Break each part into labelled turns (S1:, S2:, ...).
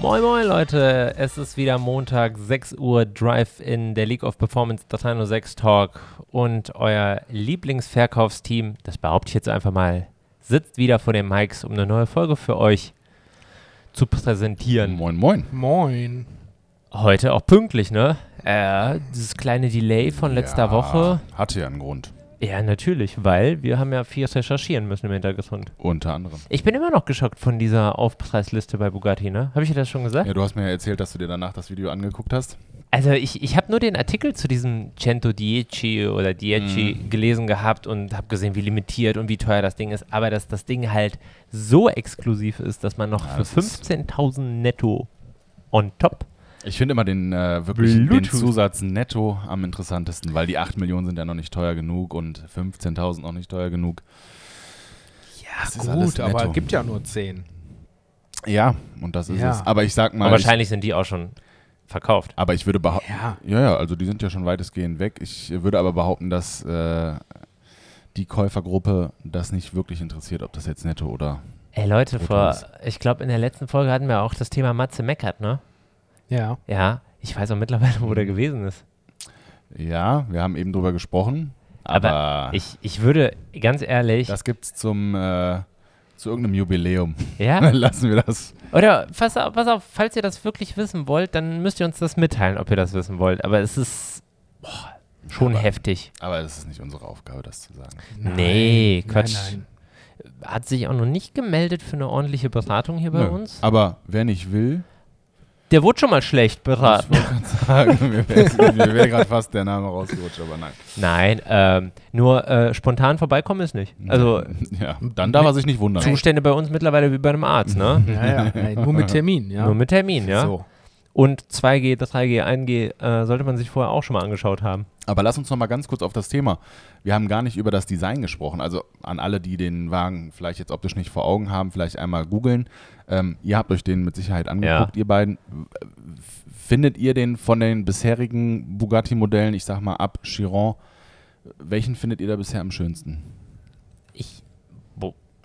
S1: Moin Moin Leute, es ist wieder Montag, 6 Uhr Drive in der League of Performance 306 Talk und euer Lieblingsverkaufsteam, das behaupte ich jetzt einfach mal, sitzt wieder vor den Mikes, um eine neue Folge für euch zu präsentieren.
S2: Moin, moin.
S3: Moin.
S1: Heute auch pünktlich, ne? Äh, dieses kleine Delay von letzter
S2: ja,
S1: Woche.
S2: Hatte ja einen Grund.
S1: Ja, natürlich, weil wir haben ja viel recherchieren müssen im Hintergrund.
S2: Unter anderem.
S1: Ich bin immer noch geschockt von dieser Aufpreisliste bei Bugatti, ne? Habe ich dir das schon gesagt?
S2: Ja, du hast mir ja erzählt, dass du dir danach das Video angeguckt hast.
S1: Also ich, ich habe nur den Artikel zu diesem Cento Dieci oder Dieci gelesen gehabt und habe gesehen, wie limitiert und wie teuer das Ding ist. Aber dass das Ding halt so exklusiv ist, dass man noch
S2: Ja,
S1: für
S2: das ist-
S1: 15.000 netto on top.
S2: Ich finde immer den äh, wirklich den
S1: Bluetooth.
S2: Zusatz netto am interessantesten, weil die 8 Millionen sind ja noch nicht teuer genug und 15.000 noch nicht teuer genug.
S3: Ja,
S2: Das ist alles
S3: gut, aber
S2: netto.
S3: es gibt ja nur 10.
S2: Ja, und das ist
S3: Ja.
S2: es. Aber ich sag mal,
S1: Aber
S2: ich,
S1: wahrscheinlich sind die auch schon verkauft.
S2: aber ich würde behaupten,
S3: Ja.
S2: ja, ja, also die sind ja schon weitestgehend weg. Ich äh, würde aber behaupten, dass äh, die Käufergruppe das nicht wirklich interessiert, ob das jetzt netto oder
S1: Ey Leute, vor,
S2: Brutales.
S1: ich glaube in der letzten Folge hatten wir auch das Thema Matze Meckert, ne?
S3: Ja.
S1: Ja, ich weiß auch mittlerweile, wo der gewesen ist.
S2: Ja, wir haben eben drüber gesprochen.
S1: Aber
S2: Aber,
S1: Ich, ich würde ganz ehrlich,
S2: das gibt's zum äh, zu irgendeinem Jubiläum.
S1: ja,
S2: Lassen wir das.
S1: Oder pass auf, pass auf, falls ihr das wirklich wissen wollt, dann müsst ihr uns das mitteilen, ob ihr das wissen wollt. Aber es ist boah, schon
S2: Aber-
S1: heftig.
S2: Aber es ist nicht unsere Aufgabe, das zu sagen.
S1: Nee,
S3: Nein,
S1: Quatsch.
S3: Nein,
S1: Hat sich auch noch nicht gemeldet für eine ordentliche Beratung hier bei
S2: Nö.
S1: uns.
S2: Aber wer nicht will,
S1: Der wurde schon mal schlecht
S2: ich
S1: beraten.
S2: wollte gerade sagen, mir wäre gerade fast der Name rausgerutscht, aber nein.
S1: Nein, ähm, nur äh, spontan vorbeikommen ist nicht. Also
S2: ja, dann darf er sich nicht wundern.
S1: Zustände bei uns mittlerweile wie bei einem Arzt, ne?
S3: nein. Ja, ja, nein, nur mit Termin, ja.
S1: Nur mit Termin, ja.
S3: Mhm. So.
S1: Und 2G, 3G, 1G äh, sollte man sich vorher auch schon mal angeschaut haben.
S2: Aber lass uns noch mal ganz kurz auf das Thema. Wir haben gar nicht über das Design gesprochen. Also an alle, die den Wagen vielleicht jetzt optisch nicht vor Augen haben, vielleicht einmal googeln. Ähm, ihr habt euch den mit Sicherheit angeguckt, ihr beiden. F- Findet ihr den von den bisherigen Bugatti-Modellen, ich sag mal ab Chiron, welchen findet ihr da bisher am schönsten?
S1: Ich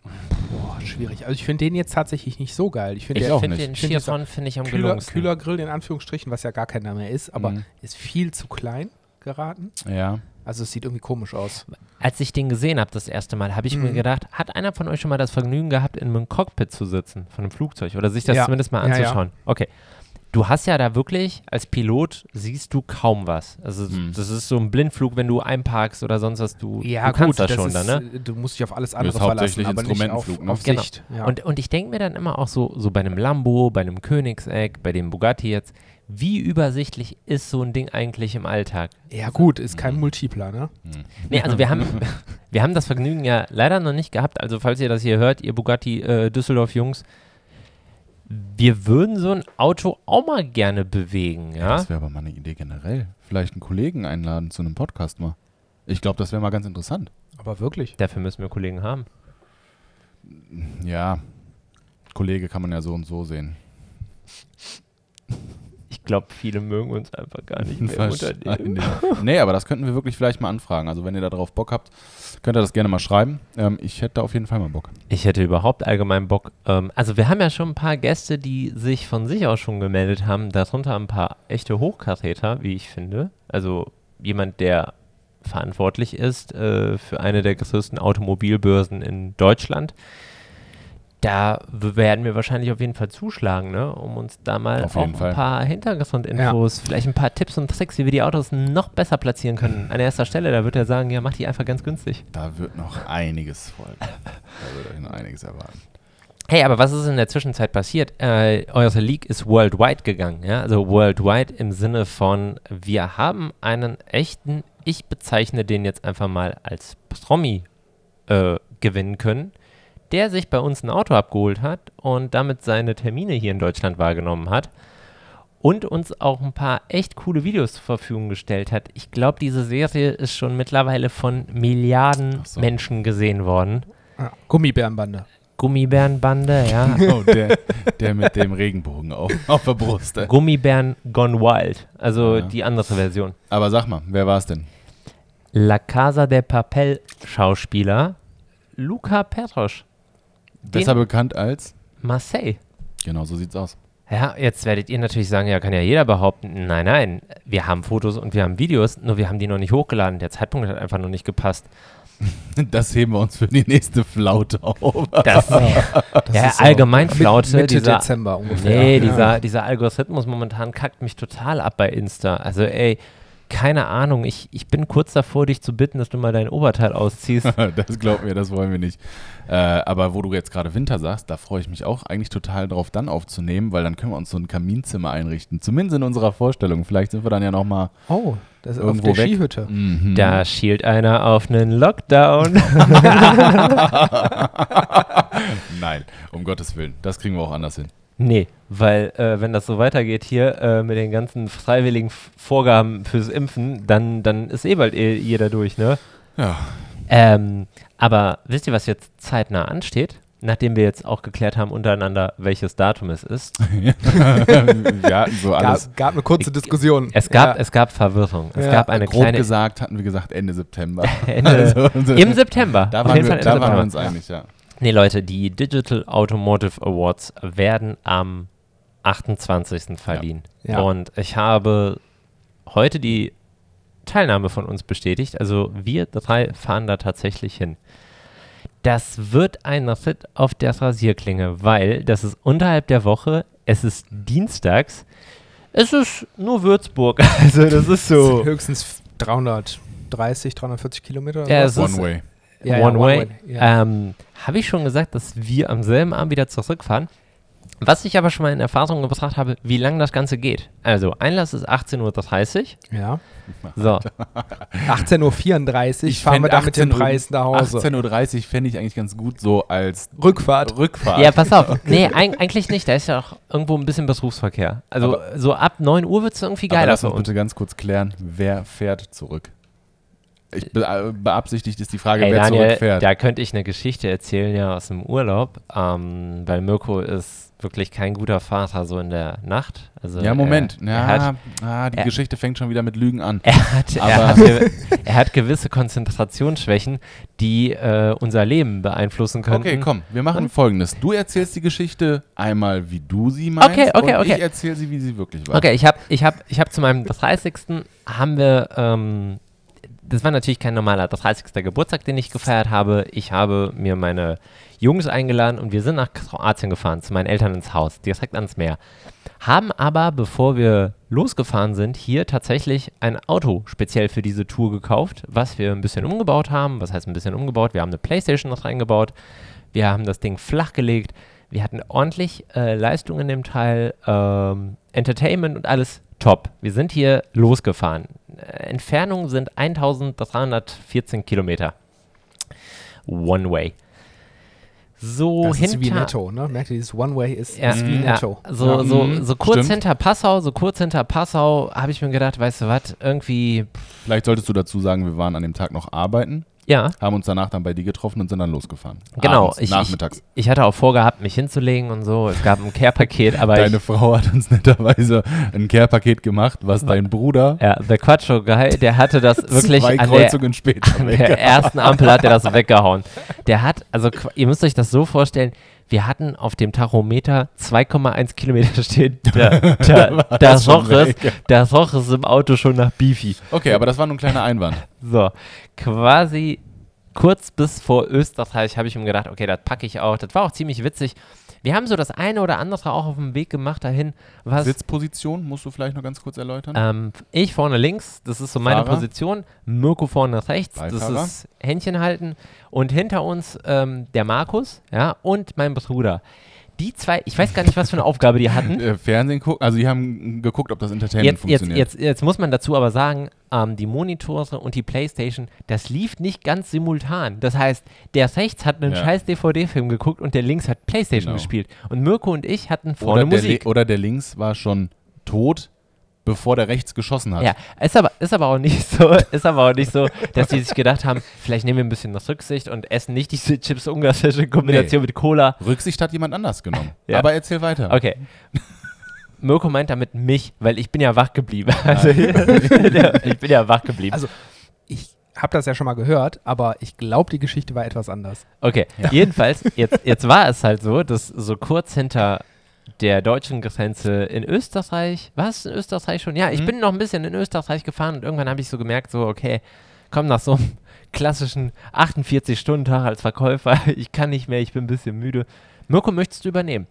S3: Boah, schwierig. Also ich finde den jetzt tatsächlich nicht so geil. Ich finde
S2: Ich
S3: der
S2: auch
S1: finde
S2: nicht.
S1: den
S3: Ich find jetzt-
S1: Chiron finde ich am
S3: Kühler,
S1: gelungensten.
S3: Kühler Grill in Anführungsstrichen, was ja gar kein Name ist, aber
S2: Mhm.
S3: ist viel zu klein geraten.
S2: Ja.
S3: Also es sieht irgendwie komisch aus.
S1: Als ich den gesehen habe das erste Mal, habe ich mir
S3: Mhm.
S1: gedacht, hat einer von euch schon mal das Vergnügen gehabt, in einem Cockpit zu sitzen, von einem Flugzeug oder sich das
S3: Ja.
S1: zumindest mal
S3: Ja, ja.
S1: anzuschauen? Okay. Du hast ja da wirklich, als Pilot siehst du kaum was. Also
S2: Mhm.
S1: das ist so ein Blindflug, wenn du einparkst oder sonst was, du, du kannst das schon dann, ne?
S3: Du musst dich auf alles andere verlassen,
S2: hauptsächlich
S3: aber nicht auf,
S2: Instrumentenflug, ne?
S3: auf
S1: Genau.
S3: Sicht. Ja.
S1: Und, und ich denke mir dann immer auch so, so bei einem Lambo, bei einem Königseck, bei dem Bugatti jetzt, wie übersichtlich ist so ein Ding eigentlich im Alltag?
S3: ja gut, ist kein Multipler, ne?
S1: Nee, also wir haben, wir haben das Vergnügen ja leider noch nicht gehabt. Also falls ihr das hier hört, ihr Bugatti äh, Düsseldorf Jungs, wir würden so ein Auto auch mal gerne bewegen, ja?
S2: Das wäre aber mal eine Idee generell. Vielleicht einen Kollegen einladen zu einem Podcast mal. Ich glaube, das wäre mal ganz interessant.
S3: Aber wirklich.
S1: Dafür müssen wir Kollegen haben.
S2: Ja. Kollege kann man ja so und so sehen.
S1: Ich glaube, viele mögen uns einfach gar nicht mehr im Unternehmen.
S2: Wahrscheinlich. Ah, nee, aber das könnten wir wirklich vielleicht mal anfragen. Also wenn ihr da drauf Bock habt, könnt ihr das gerne mal schreiben. Ähm, ich hätte da auf jeden Fall mal Bock.
S1: Ich hätte überhaupt allgemein Bock. Ähm, also wir haben ja schon ein paar Gäste, die sich von sich aus schon gemeldet haben. Darunter ein paar echte Hochkaräter, wie ich finde. Also jemand, der verantwortlich ist äh, für eine der größten Automobilbörsen in Deutschland. Da w- werden wir wahrscheinlich auf jeden Fall zuschlagen, ne? um uns da mal
S2: Auf
S1: auch ein
S2: jeden Fall.
S1: paar Hintergrundinfos, vielleicht ein paar Tipps und Tricks, wie wir die Autos noch besser platzieren können. An erster Stelle, da wird er sagen, ja, mach die einfach ganz günstig.
S2: Da wird noch einiges folgen. Da wird euch noch einiges erwarten.
S1: Hey, aber was ist in der Zwischenzeit passiert? Äh, eure League ist worldwide gegangen, ja? Also worldwide im Sinne von, wir haben einen echten, ich bezeichne den jetzt einfach mal als Promi äh, gewinnen können, der sich bei uns ein Auto abgeholt hat und damit seine Termine hier in Deutschland wahrgenommen hat und uns auch ein paar echt coole Videos zur Verfügung gestellt hat. Ich glaube, diese Serie ist schon mittlerweile von Milliarden
S2: Ach so.
S1: Menschen gesehen worden.
S3: Ah, Gummibärenbande.
S1: Gummibärenbande, ja.
S2: Oh, der, der mit dem Regenbogen auf, auf der Brust. ey.
S1: Gummibären Gone Wild, also
S2: Ja.
S1: die andere Version.
S2: Aber sag mal, wer war es denn?
S1: La Casa de Papel Schauspieler Luca Pertosch,
S2: Besser bekannt als?
S1: Marseille.
S2: Genau, so sieht's aus.
S1: Ja, jetzt werdet ihr natürlich sagen, ja, kann ja jeder behaupten. Nein, nein, wir haben Fotos und wir haben Videos, nur wir haben die noch nicht hochgeladen. Der Zeitpunkt hat einfach noch nicht gepasst.
S2: Das heben wir uns für die nächste Flaute auf.
S1: Das, ja,
S3: ist so
S1: allgemein
S3: Mit-
S1: Flaute.
S3: Mitte
S1: dieser,
S3: Dezember ungefähr.
S1: Nee,
S3: Ja.
S1: dieser, dieser Algorithmus momentan kackt mich total ab bei Insta. Also ey, keine Ahnung, ich, ich bin kurz davor, dich zu bitten, dass du mal dein Oberteil ausziehst.
S2: das glaubt mir, das wollen wir nicht. Äh, aber wo du jetzt gerade Winter sagst, da freue ich mich auch eigentlich total drauf, dann aufzunehmen, weil dann können wir uns so ein Kaminzimmer einrichten. Zumindest in unserer Vorstellung. Vielleicht sind wir dann ja nochmal.
S3: Oh, das ist
S2: Irgendwo
S3: auf der
S2: weg.
S3: Skihütte.
S1: Hm.
S2: Mhm.
S1: Da schielt einer auf einen Lockdown.
S2: Nein, um Gottes Willen. Das kriegen wir auch anders hin.
S1: nee, weil äh, wenn das so weitergeht hier äh, mit den ganzen freiwilligen F- Vorgaben fürs Impfen, dann, dann ist eh bald eh jeder durch, ne?
S2: Ja.
S1: Ähm, aber wisst ihr, was jetzt zeitnah ansteht? Nachdem wir jetzt auch geklärt haben untereinander, welches Datum es ist.
S2: ja, so alles.
S3: Gab, gab eine kurze Diskussion.
S1: Es gab,
S3: Ja.
S1: es gab Verwirrung. Es
S3: Ja,
S1: gab eine
S2: Grob
S1: kleine
S2: gesagt hatten wir gesagt Ende September.
S1: Ende-
S2: Also,
S1: Im September.
S2: da
S1: auf
S2: waren,
S1: jeden
S2: wir,
S1: Fall im
S2: da waren
S1: September.
S2: wir uns einig, ja.
S1: Nee, Leute, die Digital Automotive Awards werden am 28. verliehen.
S3: Ja.
S1: Und ich habe heute die Teilnahme von uns bestätigt. Also wir drei fahren da tatsächlich hin. Das wird ein Ritt auf der Rasierklinge, weil das ist unterhalb der Woche, es ist dienstags, es ist nur Würzburg. Also das ist
S3: Das sind
S1: so.
S3: Höchstens 330, 340 Kilometer. oder
S1: Ja,
S3: so.
S1: es ist,
S2: One way.
S3: Ja, ja,
S1: One Way.
S3: Ja.
S1: Ähm, Habe ich schon gesagt, dass wir am selben Abend wieder zurückfahren. Was ich aber schon mal in Erfahrung gebracht habe, wie lange das Ganze geht. Also, Einlass ist 18.30
S3: ja.
S1: Uhr. So,
S3: 18.34 Uhr fahren wir
S2: fänd
S3: da mit dem
S2: 18 Uhr-
S3: Preis nach Hause.
S2: 18.30 Uhr fände ich eigentlich ganz gut so als
S3: Rückfahrt.
S2: Rückfahrt.
S1: ja, pass auf. Nee, eig eigentlich nicht. Da ist ja auch irgendwo ein bisschen Berufsverkehr. Also, so ab 9 Uhr wird es irgendwie
S2: Aber
S1: geiler
S2: lass
S1: für
S2: uns
S1: uns.
S2: bitte ganz kurz klären, wer fährt zurück? Ich be äh, beabsichtigt ist die Frage,
S1: Ey,
S2: wer
S1: Daniel,
S2: zurückfährt.
S1: da könnte ich eine Geschichte erzählen, ja, aus dem Urlaub. Ähm, weil Mirko ist wirklich kein guter Vater, so in der Nacht. Also,
S2: ja, Moment.
S1: Er, er
S2: ja,
S1: hat
S2: ah, die
S1: er-
S2: Geschichte fängt schon wieder mit Lügen an.
S1: Er hat, er,
S2: Aber-
S1: hat ge- er hat gewisse Konzentrationsschwächen, die äh, unser Leben beeinflussen könnten.
S2: Okay, komm, wir machen folgendes. Du erzählst die Geschichte einmal, wie du sie meinst,
S1: Okay, okay,
S2: und
S1: okay.
S2: ich erzähle sie, wie sie wirklich war.
S1: Okay, ich habe ich hab, ich hab zu meinem 30. haben wir, ähm, das war natürlich kein normaler 30. Geburtstag, den ich gefeiert habe. Ich habe mir meine Jungs eingeladen und wir sind nach Kroatien gefahren, zu meinen Eltern ins Haus, direkt ans Meer. Haben aber, bevor wir losgefahren sind, hier tatsächlich ein Auto speziell für diese Tour gekauft, was wir ein bisschen umgebaut haben. Was heißt ein bisschen umgebaut? Wir haben eine Playstation noch reingebaut. Wir haben das Ding flachgelegt. Wir hatten ordentlich äh, Leistung in dem Teil. Ähm, Entertainment und alles top. Wir sind hier losgefahren. Äh, Entfernung sind 1314 Kilometer. One way. So
S3: das
S1: hinter
S3: ist wie netto, ne? Merkt ihr, dieses One Way ist,
S1: ja,
S3: ist wie
S1: ja, Also
S3: netto.
S1: so,
S3: ja.
S1: so,
S2: Mhm,
S1: so kurz
S2: stimmt.
S1: hinter Passau, so kurz hinter Passau habe ich mir gedacht, weißt du was, irgendwie,
S2: Vielleicht solltest du dazu sagen, wir waren an dem Tag noch arbeiten,
S1: ja,
S2: haben uns danach dann bei dir getroffen und sind dann losgefahren.
S1: genau.
S2: Abends, nachmittags.
S1: Ich, ich hatte auch vorgehabt, mich hinzulegen und so. Es gab ein Care-Paket, aber
S2: Deine
S1: ich,
S2: Frau hat uns netterweise ein Care-Paket gemacht, was dein Bruder
S1: ja, The Quattro Guy, der hatte das wirklich
S2: zwei
S1: an der,
S2: Kreuzungen später
S1: an
S2: weg-
S1: der ersten Ampel hat er das weggehauen. Der hat, also qu- ihr müsst euch das so vorstellen, wir hatten auf dem Tachometer 2,1 Kilometer steht, da, da, da,
S2: schon
S1: roch es,
S2: weg, ja.
S1: da roch es im Auto schon nach Beefy.
S2: Okay, aber das war nur ein kleiner Einwand.
S1: So, quasi kurz bis vor Österreich habe ich mir gedacht, okay, das packe ich auch. Das war auch ziemlich witzig. Wir haben so das eine oder andere auch auf dem Weg gemacht dahin, was
S2: Sitzposition musst du vielleicht noch ganz kurz erläutern.
S1: ähm, ich vorne links, das ist so meine
S2: Fahrer.
S1: Position, Mirko vorne rechts,
S2: Beifahrer.
S1: das ist Händchen halten und hinter uns ähm, der Markus, ja, und mein Bruder. Die zwei, ich weiß gar nicht, was für eine Aufgabe die hatten.
S2: Äh, Fernsehen gucken, also die haben geguckt, ob das Entertainment
S1: jetzt, jetzt,
S2: funktioniert.
S1: jetzt, jetzt muss man dazu aber sagen, ähm, die Monitore und die Playstation, das lief nicht ganz simultan. Das heißt, der rechts hat einen
S2: Ja.
S1: scheiß DVD-Film geguckt und der links hat Playstation
S2: Genau.
S1: gespielt. Und Mirko und ich hatten vorne
S2: oder, der
S1: Musik.
S2: li- oder der links war schon tot, bevor der rechts geschossen hat.
S1: Ja, ist aber, ist aber auch nicht so, ist aber auch nicht so, dass die sich gedacht haben, vielleicht nehmen wir ein bisschen Rücksicht und essen nicht diese chips ungarische Kombination mit Cola.
S2: Rücksicht hat jemand anders genommen.
S1: Ja.
S2: Aber erzähl weiter.
S1: Okay. Mirko meint damit mich, weil ich bin ja wach geblieben. Also, ich bin ja wach geblieben.
S3: Also, ich habe das ja schon mal gehört, aber ich glaube, die Geschichte war etwas anders.
S1: Okay, jedenfalls, jetzt, jetzt war es halt so, dass so kurz hinter der deutschen Grenze in Österreich. Was? In Österreich schon? Ja, ich
S2: Mhm.
S1: bin noch ein bisschen in Österreich gefahren und irgendwann habe ich so gemerkt, so, okay, komm nach so einem klassischen 48-Stunden-Tag als Verkäufer, ich kann nicht mehr, ich bin ein bisschen müde. Mirko, möchtest du übernehmen?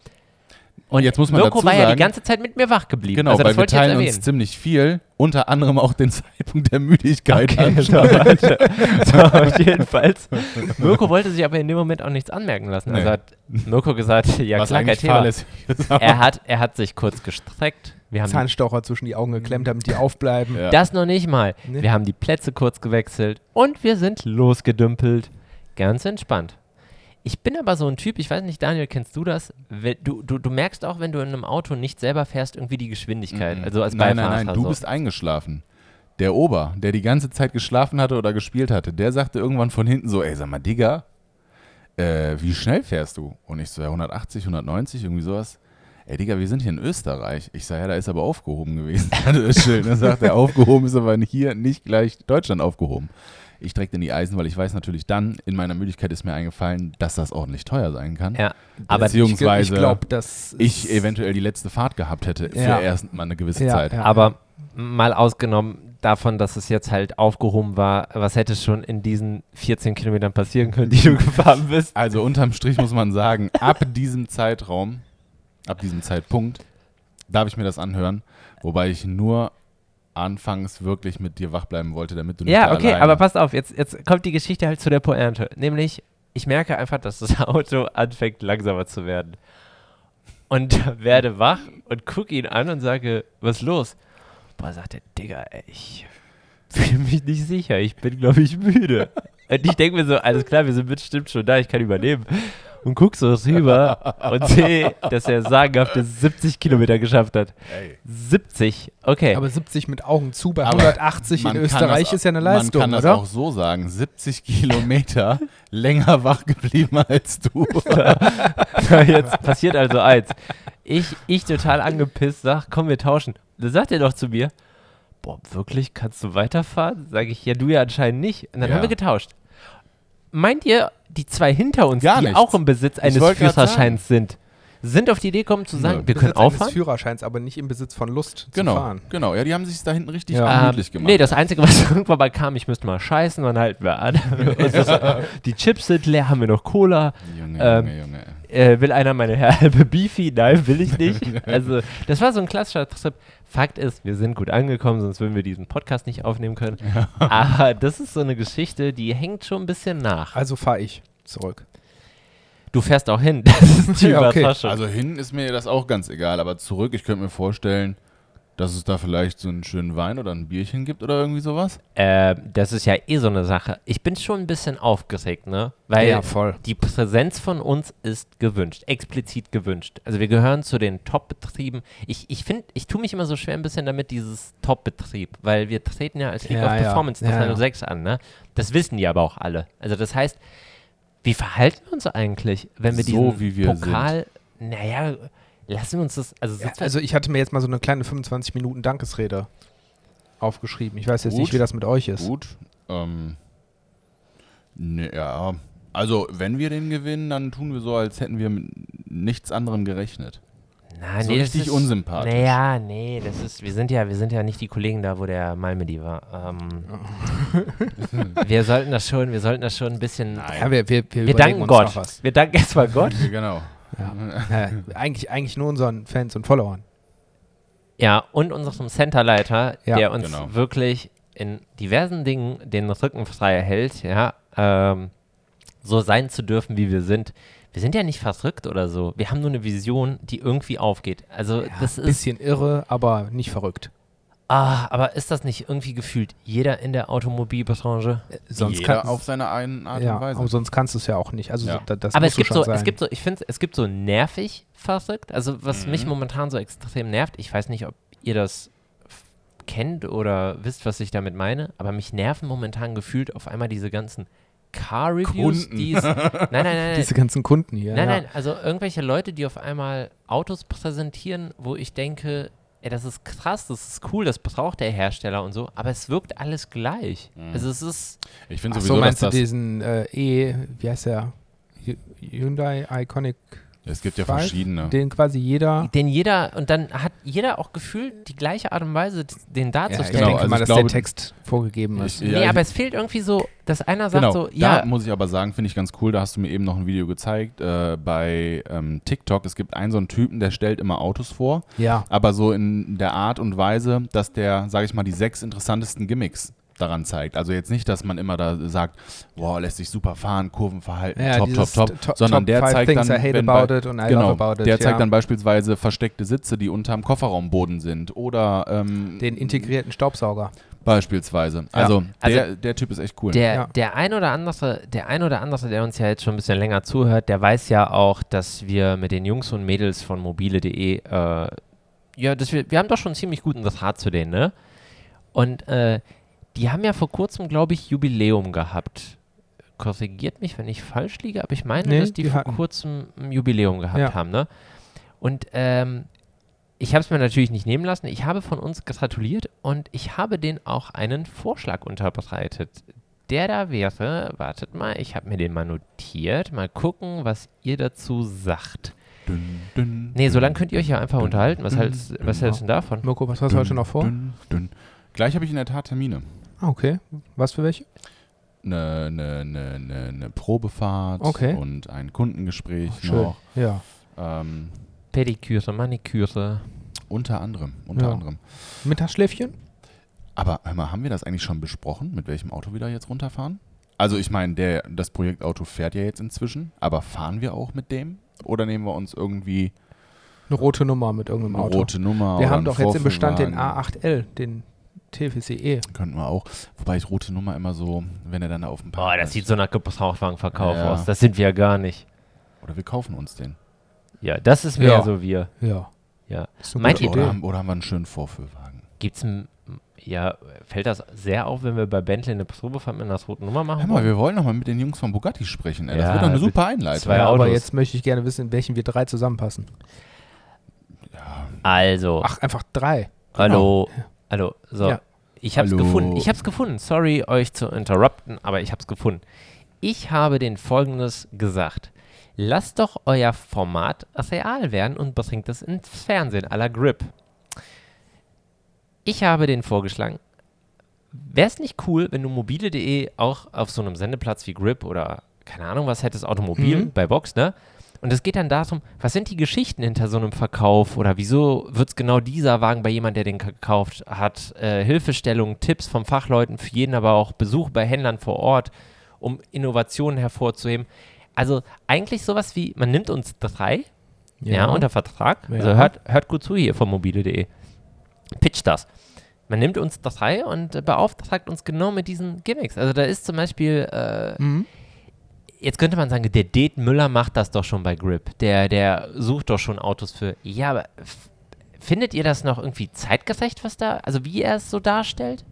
S2: Und jetzt muss man
S1: Mirko
S2: dazu
S1: war
S2: sagen,
S1: ja die ganze Zeit mit mir wach geblieben.
S2: genau,
S1: also, das
S2: weil wir
S1: wollte ich jetzt
S2: teilen uns
S1: erwähnen.
S2: ziemlich viel, unter anderem auch den Zeitpunkt der Müdigkeit. an.
S1: so, warte. so, auf jedenfalls. Mirko wollte sich aber in dem Moment auch nichts anmerken lassen. Also
S2: Nee.
S1: hat Mirko gesagt, ja
S2: was
S1: klar, kein
S2: eigentlich
S1: Thema.
S2: fahrlässig ist.
S1: Er hat, er hat sich kurz gestreckt. Wir haben die
S3: Zahnstocher zwischen die Augen geklemmt, damit die aufbleiben.
S2: Ja.
S1: Das noch nicht mal.
S3: Nee.
S1: Wir haben die Plätze kurz gewechselt und wir sind losgedümpelt. Ganz entspannt. Ich bin aber so ein Typ, ich weiß nicht, Daniel, kennst du das? Wenn- Du, du, du merkst auch, wenn du in einem Auto nicht selber fährst, irgendwie die Geschwindigkeit. Also als
S2: Mhm. nein,
S1: Beifahrer.
S2: nein, nein, du
S1: so.
S2: bist eingeschlafen. Der Ober, der die ganze Zeit geschlafen hatte oder gespielt hatte, der sagte irgendwann von hinten so, ey, sag mal, Digga, äh, wie schnell fährst du? Und ich so, ja, 180, 190, irgendwie sowas. Ey, Digga, wir sind hier in Österreich. Ich sag, ja, da ist aber aufgehoben gewesen. das ist schön. Dann sagt er, aufgehoben ist aber hier nicht gleich Deutschland aufgehoben. Ich direkt in die Eisen, weil ich weiß natürlich dann, in meiner Müdigkeit ist mir eingefallen, dass das ordentlich teuer sein kann.
S1: ja, aber,
S2: Beziehung-
S3: Ich glaub-
S2: beziehungsweise
S3: ich glaube, dass
S2: Ich eventuell die letzte Fahrt gehabt hätte
S3: Ja.
S2: für erst mal eine gewisse
S3: Ja,
S2: Zeit.
S3: ja.
S1: aber mal ausgenommen davon, dass es jetzt halt aufgehoben war, was hätte schon in diesen 14 Kilometern passieren können, die du gefahren bist?
S2: Also unterm Strich muss man sagen, ab diesem Zeitraum, ab diesem Zeitpunkt, darf ich mir das anhören. Wobei ich nur anfangs wirklich mit dir wach bleiben wollte, damit du nicht
S1: Ja,
S2: da
S1: okay,
S2: alleine-
S1: aber passt auf, jetzt, jetzt kommt die Geschichte halt zu der Pointe. Nämlich, ich merke einfach, dass das Auto anfängt langsamer zu werden. Und werde wach und gucke ihn an und sage, was ist los? Boah, sagt er, Digga, ey, ich fühle mich nicht sicher, ich bin, glaube ich, müde. Und ich denke mir so, alles klar, wir sind bestimmt schon da, ich kann übernehmen. Und guck so rüber und sehe, dass er sagenhafte 70 Kilometer geschafft hat.
S2: Ey,
S1: 70, okay.
S3: Aber 70 mit Augen zu bei
S2: Aber
S3: 180 in
S2: man kann
S3: Österreich
S2: das-
S3: ist ja eine Leistung,
S2: Man kann das
S3: oder?
S2: auch so sagen, 70 Kilometer länger wach geblieben als du.
S1: Jetzt passiert also eins. Ich, ich total angepisst, sag, komm, wir tauschen. Da sagt er doch zu mir, boah, wirklich, kannst du weiterfahren? Sag ich, ja, du ja anscheinend nicht. Und dann
S2: Ja.
S1: haben wir getauscht. Meint ihr, die zwei hinter uns,
S2: Gar
S1: die
S2: nichts.
S1: auch im Besitz eines
S2: wollt grad
S1: Führerscheins sind, sind auf die Idee gekommen zu sagen,
S2: Nö.
S1: wir können
S3: Besitz eines
S1: auffahren?
S3: Führerscheins, aber nicht im Besitz von Lust zu
S2: genau,
S3: fahren.
S2: genau. Ja, die haben sich da hinten richtig
S3: Ja.
S1: Ähm,
S2: gemütlich gemacht.
S1: nee, das Einzige, was irgendwann mal kam, ich müsste mal scheißen, dann halten wir an. Und so, die Chips sind leer, haben wir noch Cola?
S2: Junge,
S1: ähm,
S2: Junge, Junge. ey.
S1: äh, will einer meine halbe Beefy? Nein, will ich nicht. Also, das war so ein klassischer Trip. Fakt ist, wir sind gut angekommen, sonst würden wir diesen Podcast nicht aufnehmen können. Aber das ist so eine Geschichte, die hängt schon ein bisschen nach.
S3: Also fahre ich zurück.
S1: Du fährst auch hin. Das ist die
S3: Ja, okay.
S1: Überraschung.
S2: Also hin ist mir das auch ganz egal, aber zurück, ich könnte mir vorstellen, dass es da vielleicht so einen schönen Wein oder ein Bierchen gibt oder irgendwie sowas.
S1: Ähm, das ist ja eh so eine Sache. Ich bin schon ein bisschen aufgeregt, ne? Weil
S3: Ja, voll.
S1: die Präsenz von uns ist gewünscht, explizit gewünscht. Also wir gehören zu den Top-Betrieben. Ich, ich finde, ich tue mich immer so schwer ein bisschen damit, dieses Top-Betrieb, weil wir treten ja als League
S3: Ja,
S1: of
S3: ja.
S1: Performance
S3: Ja, ja.
S1: 906 an, ne? Das wissen die aber auch alle. Also das heißt, wie verhalten wir uns eigentlich, wenn wir
S2: So,
S1: diesen
S2: wie wir
S1: Pokal, naja, lassen wir uns das, also,
S3: Ja,
S1: sitzen wir-
S3: also ich hatte mir jetzt mal so eine kleine 25 Minuten Dankesrede aufgeschrieben. Ich weiß jetzt
S2: Gut.
S3: nicht, wie das mit euch ist.
S2: Gut. Ähm, ne, ja. Also, wenn wir den gewinnen, dann tun wir so, als hätten wir mit nichts anderem gerechnet.
S1: Na,
S2: So
S1: das
S2: richtig
S1: ist-
S2: unsympathisch.
S1: Naja, nee, das ist, wir sind ja, wir sind ja nicht die Kollegen da, wo der Malmedy war. Ähm, wir sollten das schon, wir sollten das schon ein bisschen.
S3: Ja, wir, wir, wir,
S1: wir
S3: überlegen
S1: danken
S3: uns noch
S1: Gott.
S3: was.
S1: Wir danken erstmal Gott.
S2: Ja, genau.
S3: Ja, eigentlich, eigentlich nur unseren Fans und Followern.
S1: Ja, und unserem Centerleiter,
S3: Ja,
S1: der uns
S2: genau.
S1: wirklich in diversen Dingen den Rücken frei hält, ja, ähm, so sein zu dürfen, wie wir sind. Wir sind ja nicht verrückt oder so. Wir haben nur eine Vision, die irgendwie aufgeht. Also
S3: Ja,
S1: das ist
S3: bisschen irre, aber nicht verrückt.
S1: Ah, aber ist das nicht irgendwie gefühlt jeder in der Automobilbranche?
S3: Sonst
S2: Jeder
S3: kannst-
S2: auf seine einen Art
S3: ja,
S2: und
S3: aber
S2: Weise.
S3: sonst kannst du es ja auch nicht. Also
S2: Ja.
S3: da- das
S1: aber
S3: musst
S1: es gibt
S3: du schon
S1: so,
S3: sein.
S1: es gibt so, ich finde, es gibt so nervig verrückt. Also was
S3: Mhm.
S1: mich momentan so extrem nervt, ich weiß nicht, ob ihr das f- kennt oder wisst, was ich damit meine, aber mich nerven momentan gefühlt auf einmal diese ganzen Car Reviews,
S2: Kunden.
S1: die es- nein, nein, nein, nein,
S3: Diese ganzen Kunden hier.
S1: nein,
S3: ja.
S1: nein, also irgendwelche Leute, die auf einmal Autos präsentieren, wo ich denke, ey, das ist krass, das ist cool, das braucht der Hersteller und so, aber es wirkt alles gleich.
S3: Mhm.
S1: Also es ist
S2: Ich finde
S3: Ach
S2: sowieso,
S3: so,
S2: dass
S3: meinst du
S2: das.
S3: diesen äh, E, wie heißt der? Hy- Hyundai Iconic
S2: Es gibt ja
S3: Weiß,
S2: verschiedene.
S3: Den quasi jeder.
S1: Denn jeder, und dann hat jeder auch gefühlt die gleiche Art und Weise, den
S3: ich
S1: darzustellen.
S2: genau,
S3: denke
S2: also
S3: mal,
S2: ich
S3: dass
S2: glaube-
S3: der Text vorgegeben ist.
S2: Ich- ja,
S1: nee,
S2: ich-
S1: aber es fehlt irgendwie so, dass einer sagt
S2: Genau,
S1: so,
S2: da
S1: ja,
S2: muss ich aber sagen, finde ich ganz cool, da hast du mir eben noch ein Video gezeigt äh, bei ähm, TikTok. Es gibt einen so einen Typen, der stellt immer Autos vor,
S3: ja.
S2: aber so in der Art und Weise, dass der, sage ich mal, die sechs interessantesten Gimmicks daran zeigt. Also jetzt nicht, dass man immer da sagt, boah, lässt sich super fahren, Kurvenverhalten,
S3: Ja,
S2: top, top,
S3: dieses
S2: top,
S3: to-
S2: sondern
S3: top
S2: der
S3: five
S2: zeigt
S3: things
S2: dann,
S3: I hate
S2: wenn
S3: about
S2: bei-
S3: it und I
S2: genau,
S3: love about it.
S2: der zeigt
S3: ja.
S2: dann beispielsweise versteckte Sitze, die unterm Kofferraumboden sind oder ähm,
S3: den integrierten Staubsauger.
S2: beispielsweise. Also,
S1: Also-
S2: der, der Typ ist echt cool.
S1: Der,
S3: Ja.
S1: der ein oder andere, der ein oder andere, der uns ja jetzt schon ein bisschen länger zuhört, der weiß ja auch, dass wir mit den Jungs und Mädels von mobile.de, äh, ja, dass wir, wir haben doch schon einen ziemlich guten Draht zu denen, ne? Und äh, die haben ja vor kurzem, glaube ich, Jubiläum gehabt. Korrigiert mich, wenn ich falsch liege, aber ich meine,
S3: Nee,
S1: dass die,
S3: die
S1: vor
S3: hatten.
S1: kurzem ein Jubiläum gehabt
S3: Ja.
S1: haben, ne? Und ähm, ich habe es mir natürlich nicht nehmen lassen. Ich habe von uns gratuliert und ich habe denen auch einen Vorschlag unterbreitet. Der da wäre, wartet mal, ich habe mir den mal notiert. Mal gucken, was ihr dazu sagt.
S2: Dünn, dünn,
S1: Nee, so
S2: dünn.
S1: lange könnt ihr euch ja einfach unterhalten. Was hältst, was hältst du denn davon?
S3: Mirko, was hast du
S2: Dünn,
S3: heute noch vor?
S2: Dünn, dünn. Gleich habe ich in der Tat Termine.
S3: Ah, okay. Was für welche?
S2: Eine ne, ne, ne, ne Probefahrt
S3: Okay.
S2: und ein Kundengespräch noch.
S3: Ja.
S2: Ähm,
S1: Pediküre, Maniküre.
S2: unter anderem, unter
S3: Ja.
S2: anderem.
S3: Mittagsschläfchen?
S2: Aber hör mal, haben wir das eigentlich schon besprochen, mit welchem Auto wir da jetzt runterfahren? Also ich meine, der- das Projektauto fährt ja jetzt inzwischen, aber fahren wir auch mit dem? Oder nehmen wir uns irgendwie
S3: Eine rote Nummer mit irgendeinem
S2: eine
S3: Auto.
S2: rote Nummer?
S3: Wir
S2: oder
S3: haben
S2: einen
S3: doch jetzt im Bestand den
S2: Vorführwagen?
S3: A8L, den E. TFCE.
S2: Könnten wir auch. Wobei ich rote Nummer immer so, wenn er dann da auf dem
S1: Boah,
S2: Parkplatz-
S1: das sieht so nach Gebrauchtwagenverkauf
S2: Ja.
S1: aus. Das sind wir ja gar nicht.
S2: Oder wir kaufen uns den.
S1: Ja, das ist mehr
S3: Ja.
S1: so wir.
S3: Ja.
S1: Ja.
S3: Ist eine
S1: Meint
S3: gute
S1: ihr-
S2: Oder
S3: Idee.
S2: haben, oder haben wir einen schönen Vorführwagen?
S1: Gibt's ein, ja, fällt das sehr auf, wenn wir bei Bentley eine Probefahrt mit einer roten Nummer machen?
S2: Hör mal, wir wollen noch mal mit den Jungs von Bugatti sprechen. Ey. Das
S1: Ja,
S2: wird doch eine
S1: mit
S2: super Einleitung.
S1: zwei-
S3: ja, aber
S1: Autos.
S3: jetzt möchte ich gerne wissen, in welchen wir drei zusammenpassen.
S1: also.
S3: Ach, einfach drei.
S1: Hallo. Hallo. So.
S3: Ja.
S1: Ich hab's
S2: Hallo.
S1: gefunden. Ich hab's gefunden. Sorry, euch zu interrupten, aber ich hab's gefunden. Ich habe den folgendes gesagt. Lasst doch euer Format real werden und bringt es ins Fernsehen à la Grip. Ich habe den vorgeschlagen. Wäre es nicht cool, wenn du mobile.de auch auf so einem Sendeplatz wie Grip oder keine Ahnung was hättest, Automobil bei Box, ne? Und es geht dann darum, was sind die Geschichten hinter so einem Verkauf oder wieso wird es genau dieser Wagen bei jemandem, der den gekauft hat? Äh, Hilfestellungen, Tipps von Fachleuten, für jeden aber auch Besuch bei Händlern vor Ort, um Innovationen hervorzuheben. Also eigentlich sowas wie, man nimmt uns drei, ja, unter Vertrag.
S3: Ja.
S1: Also hört, hört gut zu hier von mobile.de. Pitch das. Man nimmt uns drei und äh, beauftragt uns genau mit diesen Gimmicks. Also da ist zum Beispiel äh,
S3: Mhm.
S1: jetzt könnte man sagen, der Det Müller macht das doch schon bei Grip. Der, der sucht doch schon Autos für. Ja, aber f- findet ihr das noch irgendwie zeitgerecht, was da, also wie er es so darstellt?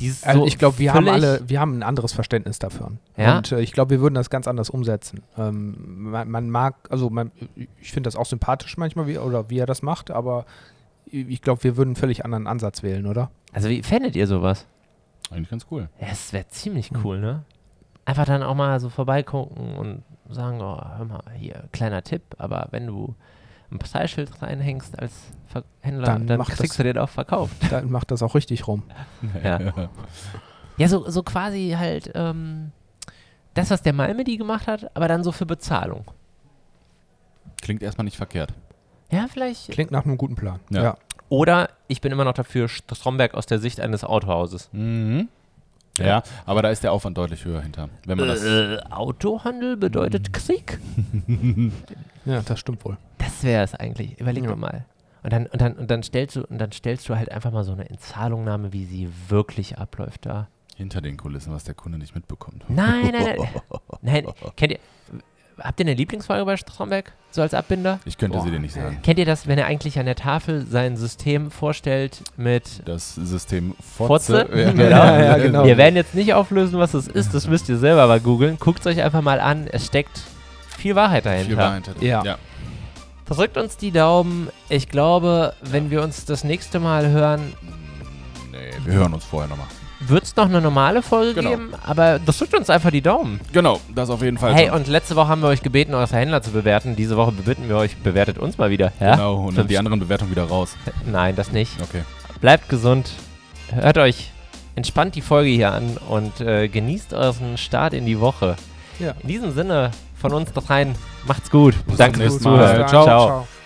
S1: Dieses
S3: Also
S1: so
S3: ich glaube, wir haben
S1: völlig-
S3: alle, wir haben ein anderes Verständnis dafür.
S1: Ja.
S3: Und äh, ich glaube, wir würden das ganz anders umsetzen. Ähm, man, man mag, also man, ich finde das auch sympathisch manchmal, wie, oder wie er das macht, aber ich glaube, wir würden einen völlig anderen Ansatz wählen, oder?
S1: Also wie fändet ihr sowas?
S2: Eigentlich ganz cool.
S1: Ja, es wäre ziemlich cool, ne? Einfach dann auch mal so vorbeigucken und sagen, oh, hör mal, hier, kleiner Tipp, aber wenn du ein Preisschild reinhängst als Ver Händler,
S3: Dann
S1: dann,
S3: macht das-
S1: kriegst du den auch verkauft.
S3: Dann macht das auch richtig rum.
S1: Ja. Ja, so, so quasi halt ähm, das, was der Malmedy gemacht hat, aber dann so für Bezahlung.
S2: Klingt erstmal nicht verkehrt.
S1: Ja, vielleicht.
S3: Klingt nach einem guten Plan.
S2: Ja.
S1: Oder ich bin immer noch dafür, Stromberg aus der Sicht eines Autohauses.
S2: Mhm. Ja. aber da ist der Aufwand deutlich höher hinter. Wenn man das.
S1: Äh, Autohandel bedeutet Krieg?
S3: Ja, das stimmt wohl.
S1: Das wäre es eigentlich. Überleg
S3: Ja.
S1: doch mal. Und dann, und, dann, und, dann stellst du, und dann stellst du halt einfach mal so eine Entzahlungnahme, wie sie wirklich abläuft da.
S2: Hinter den Kulissen, was der Kunde nicht mitbekommt.
S1: Nein, nein, nein. Nein, kennt ihr, habt ihr eine Lieblingsfolge bei Stromberg, so als Abbinder?
S2: Ich könnte
S3: Boah,
S2: sie dir nicht sagen.
S1: Kennt ihr das, wenn er eigentlich an der Tafel sein System vorstellt mit
S2: Das System Fotze.
S1: Fotze?
S2: Ja.
S1: Genau.
S3: Ja, ja, genau.
S1: Wir werden jetzt nicht auflösen, was es ist, das müsst ihr selber mal googeln. Guckt es euch einfach mal an, es steckt viel Wahrheit
S2: Viel
S1: dahinter.
S2: Wahrheit hat-
S3: Ja.
S2: ja.
S1: Drückt uns die Daumen. Ich glaube, wenn wir uns das nächste Mal hören,
S2: Nee, wir hören uns vorher nochmal.
S1: wird es noch eine normale Folge
S2: Genau.
S1: geben, aber das drückt uns einfach die Daumen.
S2: Genau, das auf jeden Fall.
S1: Hey,
S2: so.
S1: und letzte Woche haben wir euch gebeten, eure Händler zu bewerten. Diese Woche bitten wir euch, bewertet uns mal wieder. Ja?
S2: genau, und dann
S1: Fünf
S2: die anderen Bewertungen wieder raus.
S1: St- Nein, das nicht.
S2: Okay.
S1: Bleibt gesund. Hört euch entspannt die Folge hier an und äh, genießt euren Start in die Woche.
S3: Ja.
S1: In diesem Sinne, von uns das rein. Macht's gut.
S2: Bis
S1: Danke
S2: zum
S1: fürs
S2: nächsten Mal.
S1: Zuhören.
S2: Ciao.
S1: Ciao.
S3: Ciao.